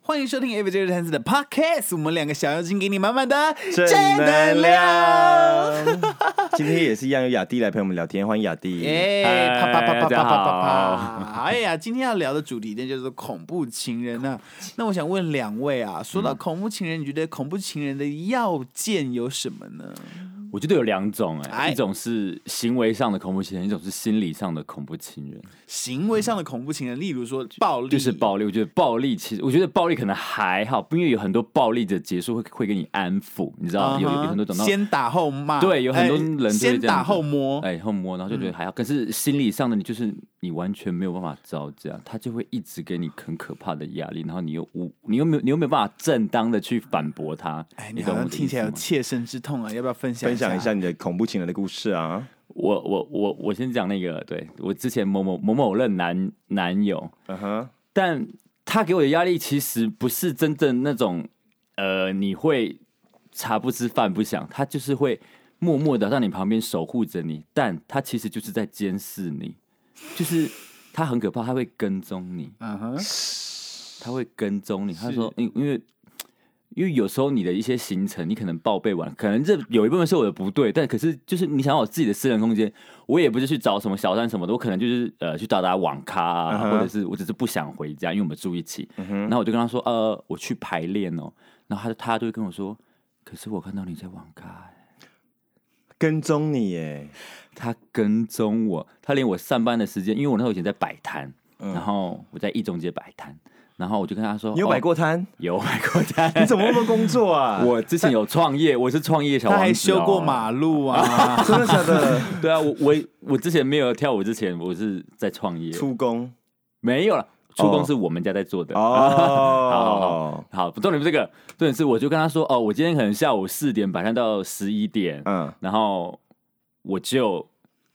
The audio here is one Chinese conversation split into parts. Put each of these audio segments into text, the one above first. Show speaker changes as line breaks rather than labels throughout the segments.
欢迎收听 Every 日谈子的 Podcast，我们两个小妖精给你满满的
正能。量。 今天也是一样，有雅蒂来陪我们聊天，欢迎雅蒂。
耶！
嗨
啪啪啪啪
大
啪
家
啪啪啪！哎呀，今天要聊的主题呢，叫做恐怖情人 啊。那我想问两位啊，说
嗯
到恐怖情人，你觉得恐怖情人的要件有什么呢？
我觉得有两种、
哎
哎，一种是行为上的恐怖情人，一种是心理上的恐怖情人，
行为上的恐怖情人，例如说暴力，
就是暴力。我觉得暴力其实，我觉得暴力可能还好，因为有很多暴力的结束会会给你安抚，你知啊道，有有很多
嗯
种那
哼
种
先打后骂，
对，有很多
哎
人就会这样
先
子
打后摸，嗯
哎、后摸，然后就觉得还好。可是心理上的你，就是你完全没有办法招架，他就会一直给你很可怕的压力，然后你又无，你又没有，你又没有办法正当的去反驳他。
哎，
你
你
懂
好
我
像
的
听
意
起
思
来有
吗
切身之痛啊，要不要分享
分享一
下
下？你的恐怖情人的故事啊！
我我我我先讲那个，对我之前某某某某任男男友，
嗯哼，
但他给我的压力其实不是真正那种，呃，你会茶不思饭不想，他就是会默默的在你旁边守护着你，但他其实就是在监视你，就是他很可怕，他会跟踪你，
嗯哼，
他会跟踪你。他说，因因为因为有时候你的一些行程，你可能报备完，可能这有一部分是我的不对，但可是就是你想要有自己的私人空间，我也不是去找什么小三什么的，我可能就是呃去打打网咖啊
嗯哼嗯
或者是我只是不想回家，因为我们住一起。然后我就跟他说，呃，我去排练哦。然后他就他就会跟我说，可是我看到你在网咖、欸
跟踪你耶，
他跟踪我，他连我上班的时间，因为我那时候以前在摆摊，然后我在一中街摆摊，然后我就跟他说，
嗯你有摆
哦、
过摊？
有 买过单，
你怎么那么多工作啊？
我之前有创业，我是创业小
他
王子、哦
还修过？马路啊，
真的假的？
对啊，我我我之前没有跳舞之前，我是在创业，
出 工
没有了。初
哦
工是我们家在做的。好
哦
好，好，重点不是这个，重点是我就跟他说，哦，我今天可能下午四点摆摊到十一点，
嗯，
然后我就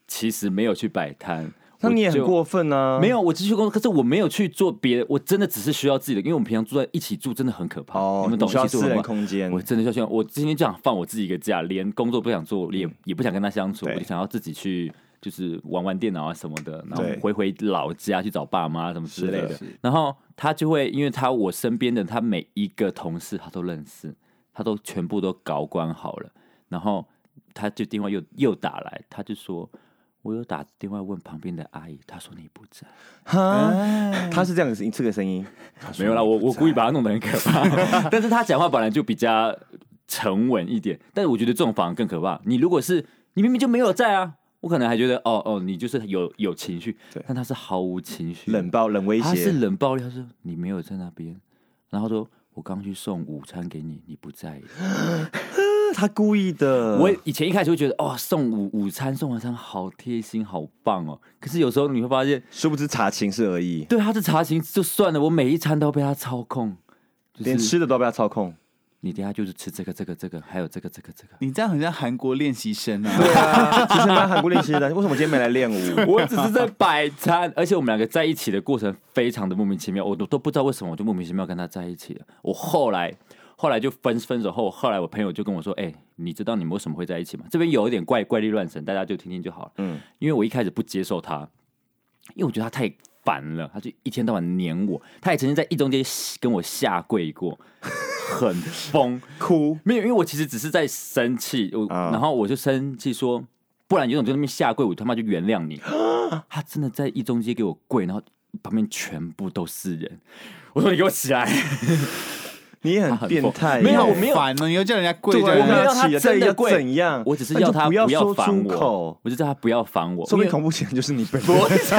其实没有去摆摊。
那你也
我
很
就
过分啊！
没有，我只是去工作，可是我没有去做别的，我真的只是需要自己的，因为我们平常住在一起住真的很可怕，
哦，
你们懂
需要
一起住
私
很
人
可怕
空间
我。真的就想，我今天就想放我自己一个假，连工作不想做，也也不想跟他相处，
嗯对
我就想要自己去就是玩玩电脑啊什么的，然后
对
回回老家去找爸妈什么之
是
类的。
的
然后他就会，因为他我身边的他每一个同事他都认识，他都全部都搞关好了，然后他就电话又又打来，他就说。我有打电话问旁边的阿姨，她说你不在，哎
哈，他是这样的声音，这个声音
没有啦，我我故意把他弄得很可 怕，但是他讲话本来就比较沉稳一点，但是我觉得这种反而更可怕。你如果是你明明就没有在啊，我可能还觉得哦哦，你就是有有情绪
对，
但他是毫无情绪，
冷暴冷威
他是
胁，
冷暴力，他说你没有在那边，然后说我刚去送午餐给你，你不在。
他故意的。
我以前一开始会觉得哦，送午午餐送晚餐好贴心，好棒哦。可是有时候你会发现，
殊不知查情是而已，
对他的查情就算了，我每一餐都被他操控，就是
连吃的都被他操控。
你等一下就是吃这个这个这个，还有这个这个这个。
你这样很像韩国练习生啊。
对啊，其实蛮韩国练习的，为什么今天没来练舞？
我只是在摆 摊，而且我们两个在一起的过程非常的莫名其妙，我都都不知道为什么我就莫名其妙跟他在一起了。我后来后来就分分手后，后来我朋友就跟我说：“哎、你知道你们为什么会在一起吗？”这边有一点怪怪力乱神，大家就听听就好了。
嗯
嗯，因为我一开始不接受他，因为我觉得他太烦了，他就一天到晚黏我，他也曾经在一中间跟我下跪过，很疯。
哭，
没有，因为我其实只是在生气，我、
啊
然后我就生气说，不然有种就在那边下跪，我他妈就原 谅你。他真的在一中街给我跪，然后旁边全部都是人，我说你给我起来，
你也
他
很
很
变
疯
态耶。
没有
好
我没有
烦哦呢，你又叫人家跪
对，
着，
我
我
没
没
有
有
要
让他
起来，
真的
这要
跪
怎样？
我只是
那你
要
就
他
不要
要
说出
烦我
口，，
我就叫他不要烦我，
说明
因为
恐怖情人就是你本人。
不是，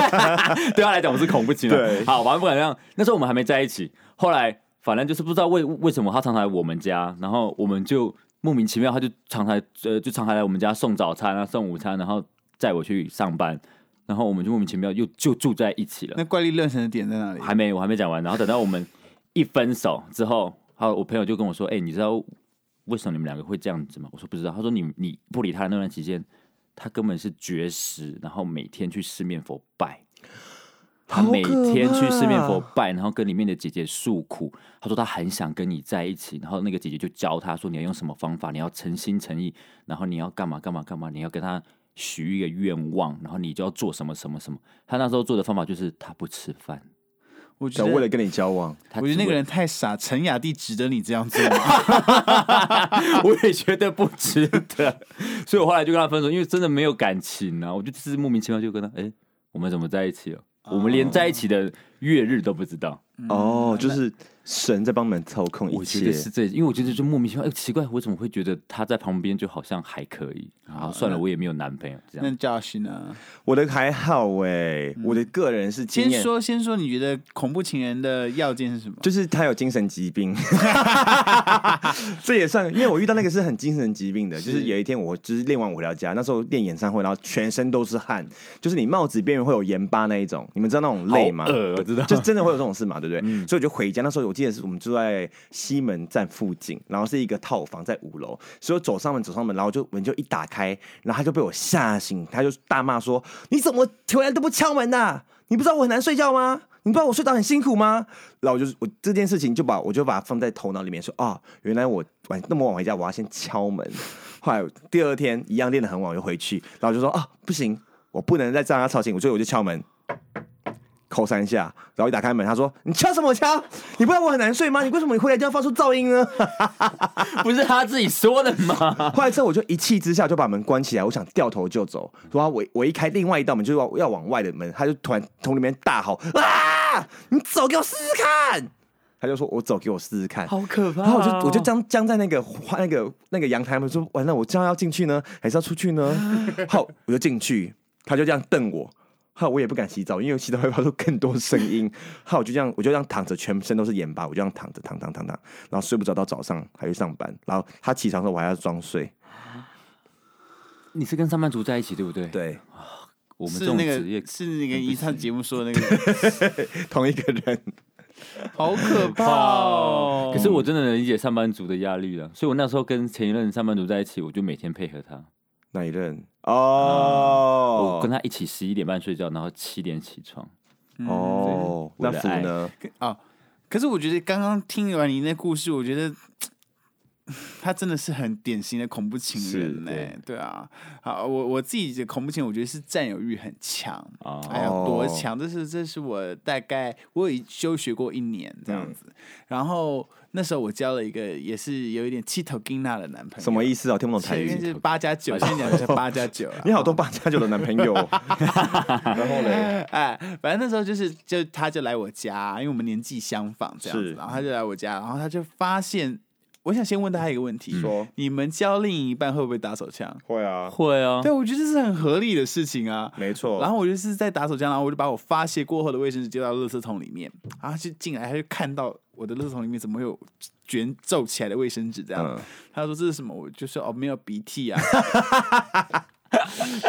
对他来讲我是恐怖情
对
人。好，反正不管怎样，那时候我们还没在一起，后来反正就是不知道为为什么他常常来我们家，然后我们就莫名其妙他就常常呃就常常来我们家送早餐啊送午餐，然后载我去上班，然后我们就莫名其妙又就住在一起了。
那怪力乱神的点在哪里？
还没，我还没讲完。然后等到我们一分手之后，好，我朋友就跟我说：“哎、你知道为什么你们两个会这样子吗？”我说：“不知道。”他说你：“你不理他的那段期间，他根本是绝食，然后每天去四面佛拜。”他
好
每
可
天去四面佛
怕
拜，然后跟里面的姐姐诉苦。他说他很想跟你在一起，然后那个姐姐就教他说你要用什么方法，你要诚心诚意，然后你要干嘛干嘛干嘛，你要跟他许一个愿望，然后你就要做什么什么什么。他那时候做的方法就是他不吃饭，
我
想
觉
为
得
了跟你交往，
他
我觉得那个
只会
人太傻，陈雅蒂值得你这样做吗？
我也觉得不值得，所以我后来就跟他分手，因为真的没有感情啊，我就只是莫名其妙就跟他，哎、我们怎么在一起了？ 我们
哦
连在一起的月日都不知道，
哦，就是神在帮我们操控
嗯我
一
觉
切。
得是这，因为我觉得就莫名其妙，哎、奇怪，我怎么会觉得他在旁边就好像还可以？然后算了，我也没有男朋友，这
那
样
Josh 呢？
我的还好哎、
嗯
我的个人是经
先
验，
说先说，你觉得恐怖情人的要件是什么？
就是他有精神疾 病，这也算，因为我遇到那个是很精神疾病的，就是有一天我就是练完回到家，那时候练演唱会，然后全身都是汗，就是你帽子边缘会有盐巴那一种，你们知道那种累吗？
好恶我知道嗯
就真的会有这种事嘛，对不对？所以我就回家，那时候我记得是我们住在西门站附近，然后是一个套房在五楼，所以我走上门走上门，然后就门就一打开，然后他就被我吓醒，他就大骂说：“你怎么回来都不敲门呐、你不知道我很难睡觉吗？”你不知道我睡得很辛苦吗？然后我就是我这件事情就把我就把它放在头脑里面说啊，原来我晚那么晚回家，我要先敲门。后来第二天一样练得很晚，我就回去，然后我就说啊，不行，我不能再让他吵醒我，所以我就敲门，扣三下，然后一打开门，他说：“你敲什么敲？你不知道我很难睡吗？你为什么你回来一定要发出噪音呢
不是他自己说的吗？？”
后来之后我就一气之下就把门关起来，我想掉头就走。然后我我一开另外一道门，就是要要往外的门，他就突然从里面大吼：“啊！你走给我试试看！”他就说：“我走，给我试试看。”
好可怕、哦
然后我就我就僵僵在那个花那个那个阳台门说，完了，我这样要进去呢，还是要出去呢？好，我就进去，他就这样瞪我。好，我也不敢洗澡，因为洗澡会发出更多声音。好，我就这样，我就这样躺着，全身都是盐巴，我就这样躺着，躺躺躺躺，然后睡不着，到早上还去上班。然后他起床的时候，我还要装睡。
你是跟上班族在一起对不对？，
对，
我们这
是
种
那
职业
个是那个
很不
一上
行
节目说的那个，
同一个人。
好可怕哦！
可是我真的能理解上班族的压力了，啊所以我那时候跟前一任上班族在一起，我就每天配合他，
那一任？
我
哦
跟，他一起十一点半睡觉，然后七点起床。
嗯
哦，那
我的
福
爱
呢？
哦，可是我觉得刚刚听完你那故事，我觉得他真的是很典型的恐怖情人
是
呢、
对
对啊，好，我我自己的恐怖情人，我觉得是占有欲很强。
哦
哎呀，多
哦
强！这是这是我大概我有休学过一年这样
嗯
子，然后那时候我交了一个也是有一点气头金娜的男朋友，
什么意思啊？我听不懂台
前面
语。
是八加九，现在讲是八加九啊。
你好多八加九的男朋友哦， 然后嘞？
哎，反正那时候就是，就他就来我家，因为我们年纪相仿这样子，
是
然后他就来我家，然后他就发现，我想先问他一个问题，
说
你们交另一半会不会打手枪？
会啊，
会啊
对，，我觉得这是很合理的事情啊。
没错。
然后我就是在打手枪，然后我就把我发泄过后的卫生纸丢到垃圾桶里面，然后他就进来，他就看到我的垃圾桶里面怎么会有卷皱起来的卫生纸这样，
嗯
他说这是什么？我就说哦，没有鼻涕 啊。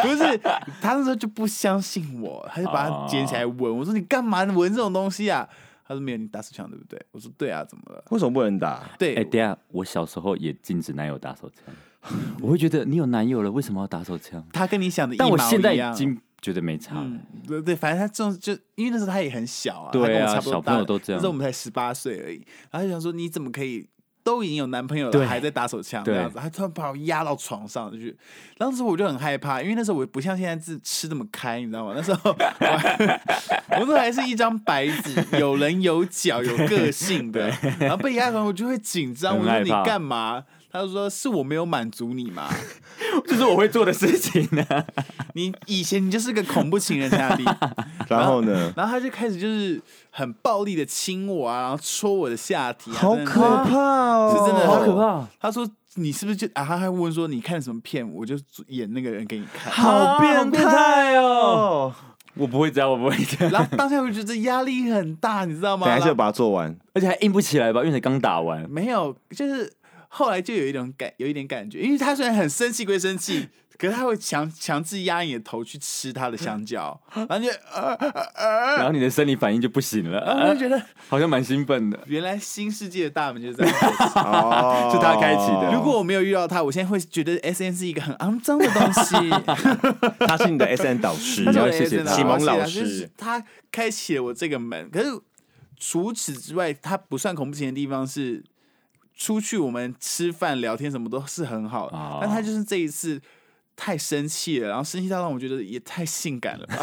不是，他那时候就不相信我，他就把它捡起来闻。我说你干嘛闻这种东西啊？他说没有，你打手枪对不对？我说对啊，怎么了？
为什么不 能打？
对，
哎、等一下，我小时候也禁止男友打手枪，我会觉得你有男友了，为什么要打手枪？
他跟你想的一
但我
毛
现在
一样
已经觉得没差了。
嗯，对对，反正他这种就因为那时候他也很小啊，
对啊
他跟我差不多
小
大
朋友都这样
那时候我们才十八岁而已。然后就想说你怎么可以都已经有男朋友了，
对
还在打手枪
对
这样子？他突然把我压到床上去，当时我就很害怕，因为那时候我不像现在自吃那么开，你知道吗？那时候 我 那时候还是一张白纸，有棱有角，有个性的。然后被压床，我就会紧张，
很
我说
害
你
怕
干嘛？他就说是我没有满足你嘛。
这是我会做的事情啊呢、
你以前你就是个恐怖情人，亚迪。
然后呢？
然后他就开始就是很暴力的亲我啊，然后戳我的下体啊，
好
真的
可怕哦！
是真的
好可怕，
他说你是不是就啊？他还问说你看什么片，我就演那个人给你看。
好变态哦！
我不会这样，我不会 这样，
然后当下我就觉得压力很大，你知道吗？
等一
然
下就
后
把它 做完。
而且还硬不起来吧，因为才刚打完。
没有，就是后来就有一种感，有一点感觉，因为他虽然很生气归生 气，可是他会强强制压你的头去吃他的香 蕉，然后就呃呃呃，
然后你的生理反应就不行了，
然后
啊
就觉得
好像蛮兴 奋的。
原来新世界的大门就是在。
哦
是他开启的
如果我没有遇到他，我现在会觉得 S N 是一个很肮脏的东西。
他是你的 S N 导师
他，
你
是
要
我的
谢
S
谢
N
他
导
启蒙老
师，
师
就是他开启了我这个门。可是除此之外，他不算恐怖情人的地方是，出去我们吃饭聊天什么都是很好，
哦
但他就是这一次太生气了，然后生气到让我觉得也太性感了 吧？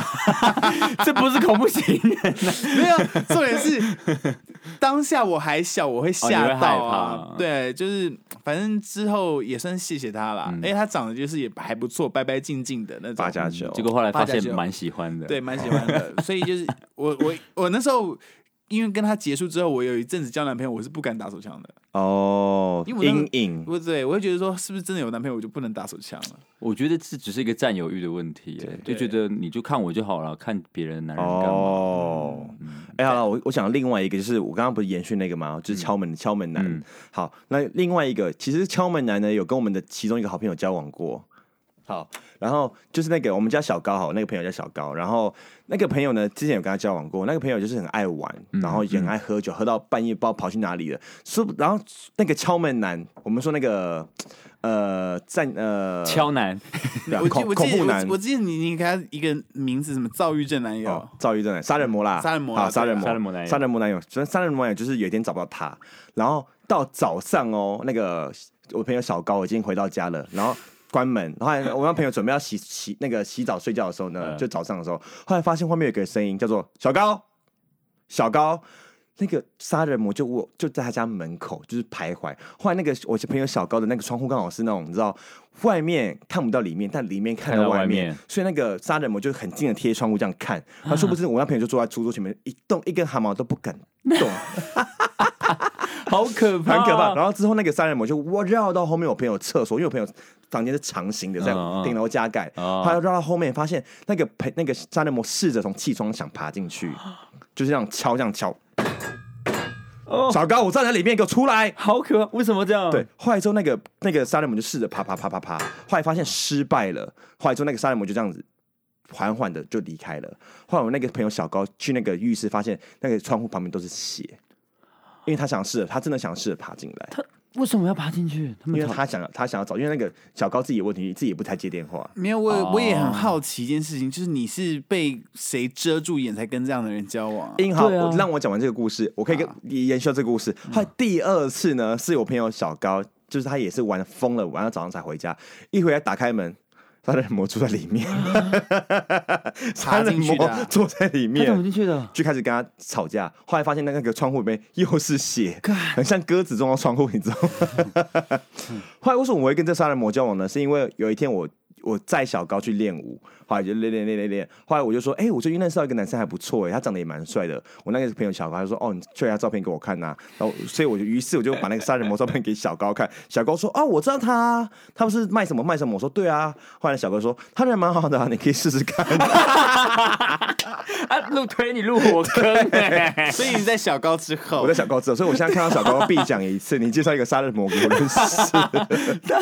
这不是恐怖情人，
没有，重点是当下我还小，我会
哦你
吓
会害
到
怕
啊。对，就是反正之后也算谢谢他啦，
嗯
而且他长得就是也还不错，白白净净的那种
八。加九，
结果后来发
八
现
加九
蛮喜欢的。
对，，蛮喜欢的。所以 就是我我我那时候，因为跟他结束之后，我有一阵子交男朋友，我是不敢打手枪的。
哦，
因为我那
阴
个
影
不对，我会觉得说，是不是真的有男朋友我就不能打手枪了？
我觉得这只是一个占有欲的问题耶，就
对
觉得你就看我就好了，看别人的男人干嘛？
哦。
嗯
哎、好了，我我想另外一个就是我刚刚不是延续那个吗？就是敲门、敲门男。
嗯
好，那另外一个其实敲门男呢有跟我们的其中一个好朋友交往过。好，然后就是那个我们家小高，好，那个朋友叫小高，然后那个朋友呢之前有跟他交往过，那个朋友就是很爱玩，
嗯
然后也很爱喝酒，喝到半夜不知道跑去哪里了。说，然后那个敲门男，我们说那个呃战呃
敲男，
对 啊
我记
恐
我
恐
记
怖
得
男
我我记得你你给他一个名字，什么躁郁症男友，
哦，躁郁症的杀人魔啦，
杀人魔啦
好 杀人魔，
对啊杀人魔男
杀人魔男
友
友，所以杀人魔男友就是有一天找不到他，然后到早上哦，那个我朋友小高已经回到家了，然后。关门，然后后来我那朋友准备要洗 洗那个洗澡睡觉的时候呢，
嗯
就早上的时候，后来发现外面有个声音叫做小高，小高，那个杀人魔就我就在他家门口就是徘徊。后来那个我朋友小高的那个窗户刚好是那种你知道外面看不到里面，但里面看
看
到
到
外
外
面，
面
所以那个杀人魔就很近的贴窗户这样看。他 殊不知我那朋友就坐在出租前面，一动一根汗毛都不敢动，
好可怕，
很可怕。。然后之后那个杀人魔就我绕到后面我朋友厕所，因为我朋友房间是长形的，在
嗯嗯
顶楼加盖，
哦
他绕到后面发现那个陪那个杀人魔试着从气窗想爬进 去，就是这样敲这样敲。
哦，嗯
小高，我站在里面，给我出来！
好可怕，为什么这样？
对，，后来之后那个那个杀人魔就试着爬爬爬爬爬，后来发现失败了，后来之后那个杀人魔就这样子缓缓的就离开了。后来我那个朋友小高去那个浴室，发现那个窗户旁边都是血，因为他想试着，他真的想试着爬进来，
他为什么要爬进去？他
因
们
为
吵
他想他想要找，因为那个小高自己有问题，自己也不太接电话。
没有，我也我也
哦
很好奇一件事情，就是你是被谁遮住眼才跟这样的人交 往啊？
英豪，
对啊嗯
我让我讲完这个故事，我可以跟你延续到这个故事。后来第二次呢，是我朋友小高，就是他也是玩疯了，玩到早上才回家，一回来打开门。杀人魔住在里面，
啊
杀
爬
人
进
魔
去的啊
坐在里
他怎么
面，
进 去的？
就开始跟他吵架。后来发现那个窗户里面又是血，很像鸽子撞到窗户，你知道吗？后来为什么我会跟这杀人魔交往呢？是因为有一天我我载小高去练舞，后来就练练练练练，后来我就说，哎、我最近认识到一个男生还不错，哎，他长得也蛮帅的。我那个朋友小高他就说，哦，你秀一下照片给我看呐、然后所以我就于是我就把那个杀人魔照片给小高看，小高说，哦，我知道他啊，他不是卖什么卖什么，我说对啊。后来小高说，他人蛮好的啊、你可以试试看。
啊，路推你入火 坑哎！
欸
所以你在小高之后，
我在小高知道，所以我现在看到小高必讲一次，你 介绍一个杀人魔给我认 识。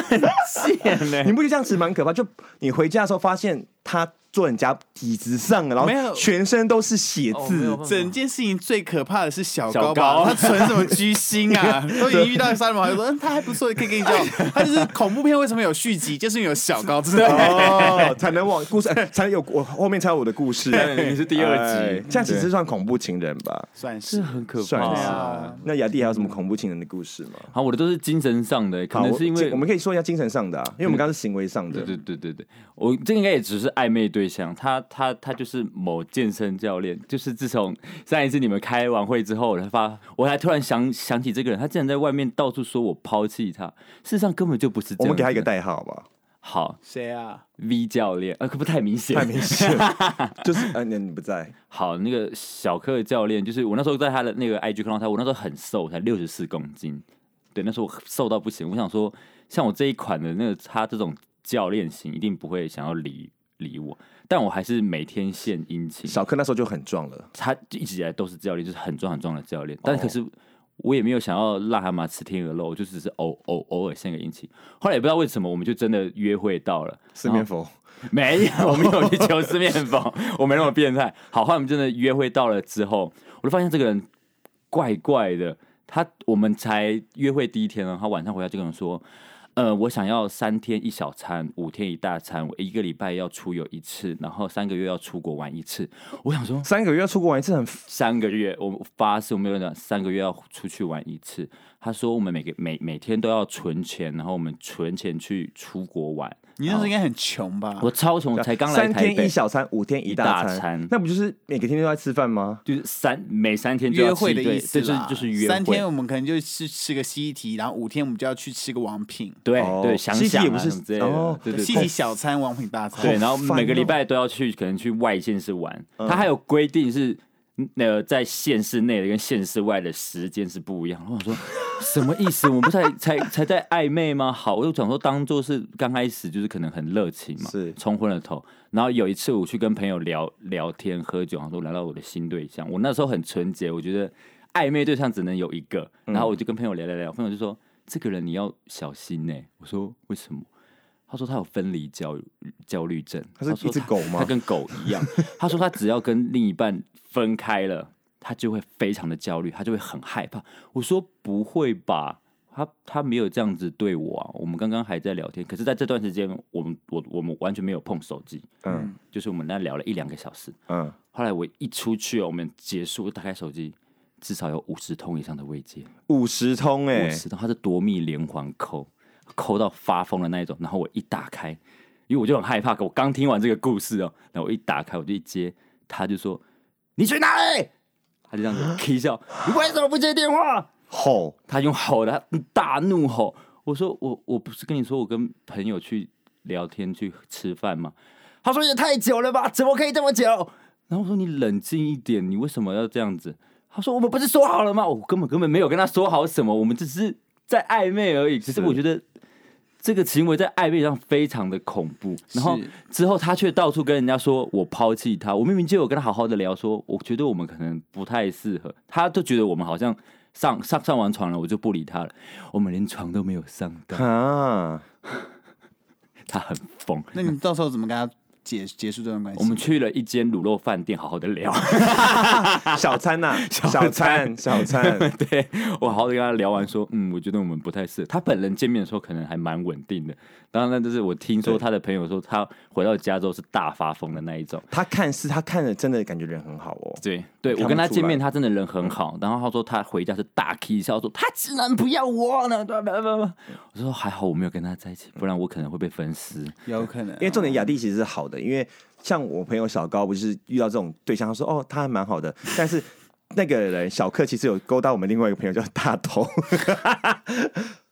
贱 呢
你？不觉得这样子蛮可怕？就你回家的时候发现他坐你家椅子上了，
没
然后
有
全身都是血
哦没
渍
有办，法
整件事情最可怕的是小
小
高吧，
高
他存什么居心 啊？都已经遇到杀人魔，还说嗯他还不错，可以跟你交往。他就是恐怖片为什么有续集，就是因为有小高，真的。
哦，才能往故事，哎才有我后面才有我的故事。
对你是第二集
哎这样其实算恐怖情人吧？
算
这
是
很可怕
算是
啊。
那雅蒂还有什么恐怖情人的故事吗？
好，我的都是精神上的，可
好
能
我
是因为嗯
我们可以说一下精神上的啊，因为我们刚刚是行为上的
对。对对对对，我这应该也只是暧昧对象，他他他就是某健身教练，就是自从上一次你们开完会之后，我才发，我才突然想想起这个人，他竟然在外面到处说我抛弃他，事实上根本就不是这样子
我
的。
们给他一个代号好不好？
好
谁啊？
V 教练，呃，可不太明显，
太明显， 就是呃，你你不在，
好，那个小克教练，就是我那时候在他的那个 IG 看到他，我那时候很瘦，才六十四公斤，对，那时候我瘦到不行。我想说，像我这一款的那个他这种教练型，一定不会想要理理我，但我还是每天献殷勤。
小柯那时候就很壮了。
他一直以来都是教练，就是很壮很壮的教练，但可是我也没有想要癞蛤蟆吃天鹅肉，我就只是偶偶偶尔献个殷勤。后来也不知道为什么，我们就真的约会到了，
四面佛，
没有，我没有去求吃面包， 我没那么变态。好，后来我们真的约会到了之后，我就发现这个人怪怪的。他我们才约会第一天呢，他晚上回家就跟我说：“呃，我想要三天一小餐，五天一大餐，我一个礼拜要出游一次，然后三个月要出国玩一次。我想说，
三个月要出国玩一次很
三个月，我发誓我没有讲，三个月要出去玩一次。他说我们每个每每天都要存钱，然后我们存钱去出国玩。
你那时候应该很穷吧？
我超穷，才刚来
啊三
台北，
天一小餐，五天一
一大
餐，
餐
那不就是每个天都在吃饭吗？
就是三每三天就要
约会的
吃对
意思
对，就是
啦
就是约会。
三天我们可能就去吃个西提，然后五天我们就要去吃个王品，
对、
哦
对，想
西提
想
也
啊
不是
什么之类的，
哦
对对
西
对
提小餐、王品大餐。
对，
好
然后
烦
每个礼
哦
拜都要去，可能去外县市玩。他还有规定是，呃，在县市内的跟县市外的时间是不一样。我想说，什么意思？我们不是才才才在暧昧吗？好，我就想说，当做是刚开始就是可能很热情嘛，
是
冲昏了头。然后有一次我去跟朋友聊聊天喝酒，然后聊到我的新对象。我那时候很纯洁，我觉得暧昧对象只能有一个。
嗯
然后我就跟朋友聊聊聊，朋友就说这个人你要小心呢、我说为什么？他说他有分离焦焦虑症，
他是
说
一只狗吗
他跟狗一样。他说他只要跟另一半分开了，他就会非常的焦虑，他就会很害怕。我说不会吧，他他没有这样子对我啊。我们刚刚还在聊天，可是在这段时间，我们我我们完全没有碰手机，
嗯
就是我们那聊了一两个小时。
嗯，
后来我一出去，哦我们结束，我打开手机，至少有五十通以上的未接。
五十通哎、
我知道它是夺命连环扣，扣到发疯的那一种。然后我一打开，因为我就很害怕，我刚听完这个故事哦，然后我一打开我就一接，他就说：“你去哪里？”他就这样子 k 笑，你为什么不接电话？
吼，
他用吼的，他大怒吼。我说我我不是跟你说我跟朋友去聊天去吃饭吗？他说也哎太久了吧，怎么可以这么久？然后我说你冷静一点，你为什么要这样子？他说我们不是说好了吗？我根本根本没有跟他说好什么，我们只是在暧昧而已。只是我觉得这个行为在暧昧上非常的恐怖。然后之后他却到处跟人家说我抛弃他，我明明就有跟他好好的聊说，我觉得我们可能不太适合，他就觉得我们好像上上上完床了，我就不理他了。我们连床都没有上到，
啊，
他很疯。
那你到时候怎么跟他结结束这段关系？
我们去了一间卤肉饭店，好好的聊。
小餐呐、小餐，小餐，
对我好好的跟他聊完说，嗯，我觉得我们不太适合。他本人见面的时候可能还蛮稳定的，当然就是我听说
对
他的朋友说，他回到家之后是大发疯的那一种。
他看似他看着真的感觉人很好哦，
对，对
看
我跟
不
他
出
见
来
面，他真的人很好。然后他说他回家是大 K 笑，说他竟然不要我呢，对吧？我说还好我没有跟他在一起，不然我可能会被分尸。
有可能，
因为重
嗯
点雅蒂其实是好的，因为像我朋友小高，不是遇到这种对象，他说哦他还蛮好的，但是那个人小克其实有勾搭我们另外一个朋友叫大头。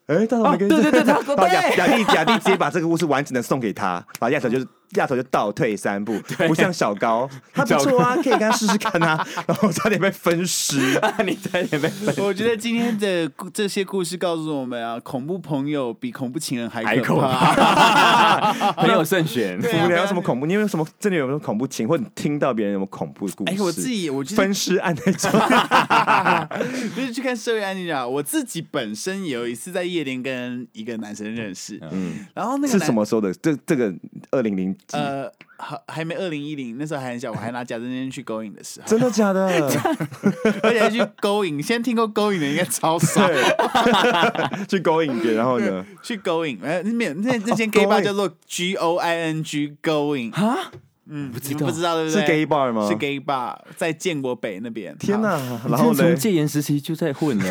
哎，大头没跟、
哦对对对 他说
然后雅
对
雅蒂雅蒂直接把这个故事完整的送给他，然后亚头就是亚头就倒退三步，不像小高，他不错啊，可以跟他试试看啊，然后差点被分 尸。
啊你差点被 分
我觉得今天的故这些故事告诉我们啊，恐怖朋友比恐怖情人还
还
可
可
怕。
怕，很有慎选。
对
你
啊
们聊什么恐怖？你有没有什么真的有没有恐怖情，或者你听到别人有没有恐怖的故 事？
哎、我自己我就是
分尸案那种。
就是去看社会案件啊，我自己本身有一次在夜店跟一个男生认识，嗯，然后那个
是
男
什？么时候的？这这个二零零几？
呃，还还没二零一零，那时候还很小，我还拿假证件去勾引的时候，
真的 假的？
而且还去勾引。现在听过勾引的应该超 少，
去勾引别人，然后呢？
去勾引，哎、那没有，那那间
啊勾
gay
引
bar 叫做 G O I N G 勾引，
啊，
嗯，
不知
你们
道
不知道对不
是
对？
gay bar 吗？
是 gay bar，在建国北那边。
天
好
哪！然后
从
呢？
戒严时期就在混了。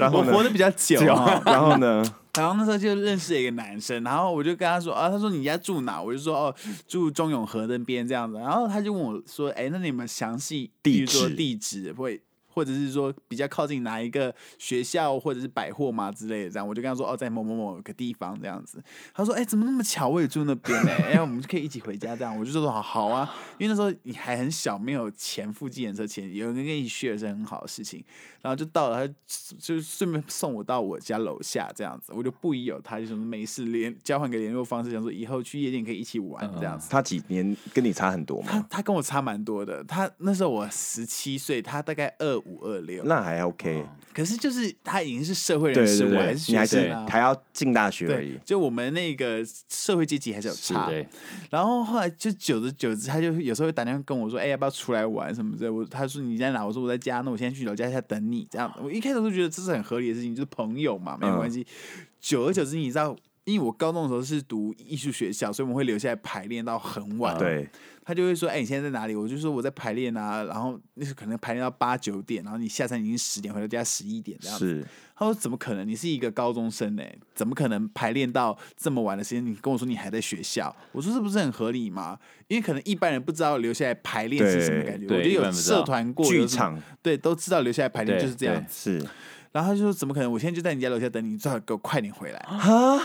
然后
我活
呢？
得比较久
然
哈
后，啊然后呢？
然后那时候就认识了一个男生，然后我就跟他说啊，他说你家住哪？我就说哦，住中永和那边这样子。然后他就问我说，哎，那你们详细
地
比如说
址
地址会，或者是说比较靠近哪一个学校或者是百货嘛之类的这样。我就跟他说哦，在某某某个地方这样子。他说哎，怎么那么巧？我也住那边呢、哎，我们就可以一起回家这样。我就说好好啊，因为那时候你还很小，没有钱付计程车钱，有人跟你 share 是很好的事情。然后就到了，他就就顺便送我到我家楼下这样子，我就不疑有他，就什么没事联交换个联络方式，想说以后去夜店可以一起玩这样子。
他几年跟你差很多
嗯
他
吗？
他跟我差蛮多的，他那时候我十七岁，他大概二五二六，
那还 OK，
可是就是他已经是社会
对
人士，
对
我还
对
哦是，
你
学
还
生
是
啊。
还要进大学而已
对，，就我们那个社会阶级还是有
是
差，
的，
然后后来就久而久之，他就有时候会打电话跟我说：“哎、要不要出来玩什么之类的？”我他说：“你哎在哪？”我说：“我在家。”那我现在去老家下等你。这样，我一开始都觉得这是很合理的事情，就是朋友嘛，没有
嗯
关系。久而久之，你知道，因为我高中的时候是读艺术学校，所以我们会留下来排练到很晚。
啊对，
他就会说：“哎、你现在在哪里？”我就说：“我在排练啊。”然后那时候可能排练到八九点，然后你下山已经十点，回到家十一点这样子。
是
他说：“怎么可能？你是一个高中生呢、欸怎么可能排练到这么晚的时间？你跟我说你还在学校，我说这不是很合理吗？因为可能一般人不知道留下来排练是什么感觉。
对
我觉得
一
有
般人不知道
社团过
剧
有什么
场
对都知道留下来排练
对
就是这样。
是
然后他就说：怎么可能？我现在就在你家楼下等你，最好给我快点回来。
啊，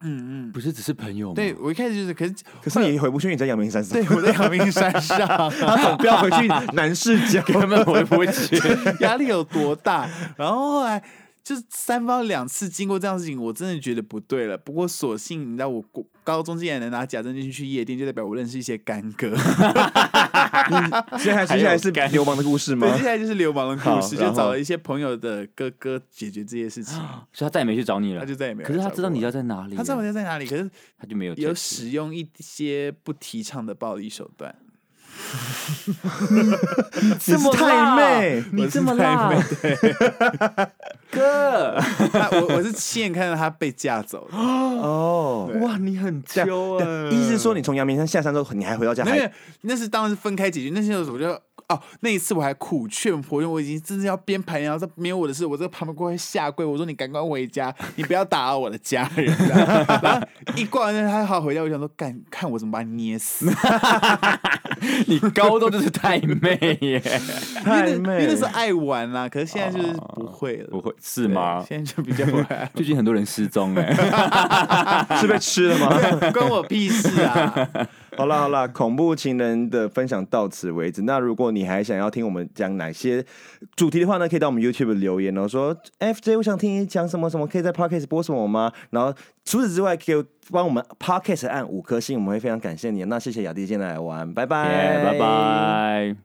嗯嗯，
不是只是朋友吗？
对我一开始就是，可是
可是你回不去，你在阳明山上，
对 我在阳明山上，
他总不要回去南市 郊，
根本回不去。
压力有多大？然后后来就是三方两次经过这样的事情，我真的觉得不对了。不过所幸你知道，我高高中竟然能拿假证进去夜店，就代表我认识一些干 哥。
现在接下来是
还有
流氓的故事 吗
对，？接下来就是流氓的故事，
好然
就
后
找了一些朋友的哥哥解决这些事情，
所以他再也没去找你了
他。就再也没有。
可是他知道你，要在哪里，啊
他知道我，家在哪里，可是
他就没有
有
text
使用一些不提倡的暴力手段。
这么
啊
辣
太妹，
我
你
是
这么辣，哥，
他我我是亲眼看到他被架走的，
哦，
对
哇，你很
这样
秋啊！
意思是说你从阳明山下山之后，你还回到家，
没有，没
还
有那是当然是分开解决。那些我就哦，那一次我还苦劝婆因为我已经真的要编排，然后说没有我的事，我在旁边过来下跪，我说你赶快回家，你不要打扰我的家人。 然后一过完，他好回家，我想说干看我怎么把你捏死，因为
你高中就是太妹耶，
那
太
因为
妹
那时候爱玩啦、可是现在就是不会了，
不会是吗
对？现在就比较不会爱
最近很多人失踪哎，
是被吃了吗？
玩， 关我屁事啊！
好了好了，恐怖情人的分享到此为止。那如果你还想要听我们讲哪些主题的话呢，可以到我们 YouTube 留言哦，说 FJ 我想听你讲什么什么，可以在 Podcast 播什么吗？然后除此之外，可以帮我们 Podcast 按五颗星，我们会非常感谢你。那谢谢雅迪今天来玩，拜拜，
耶拜。拜。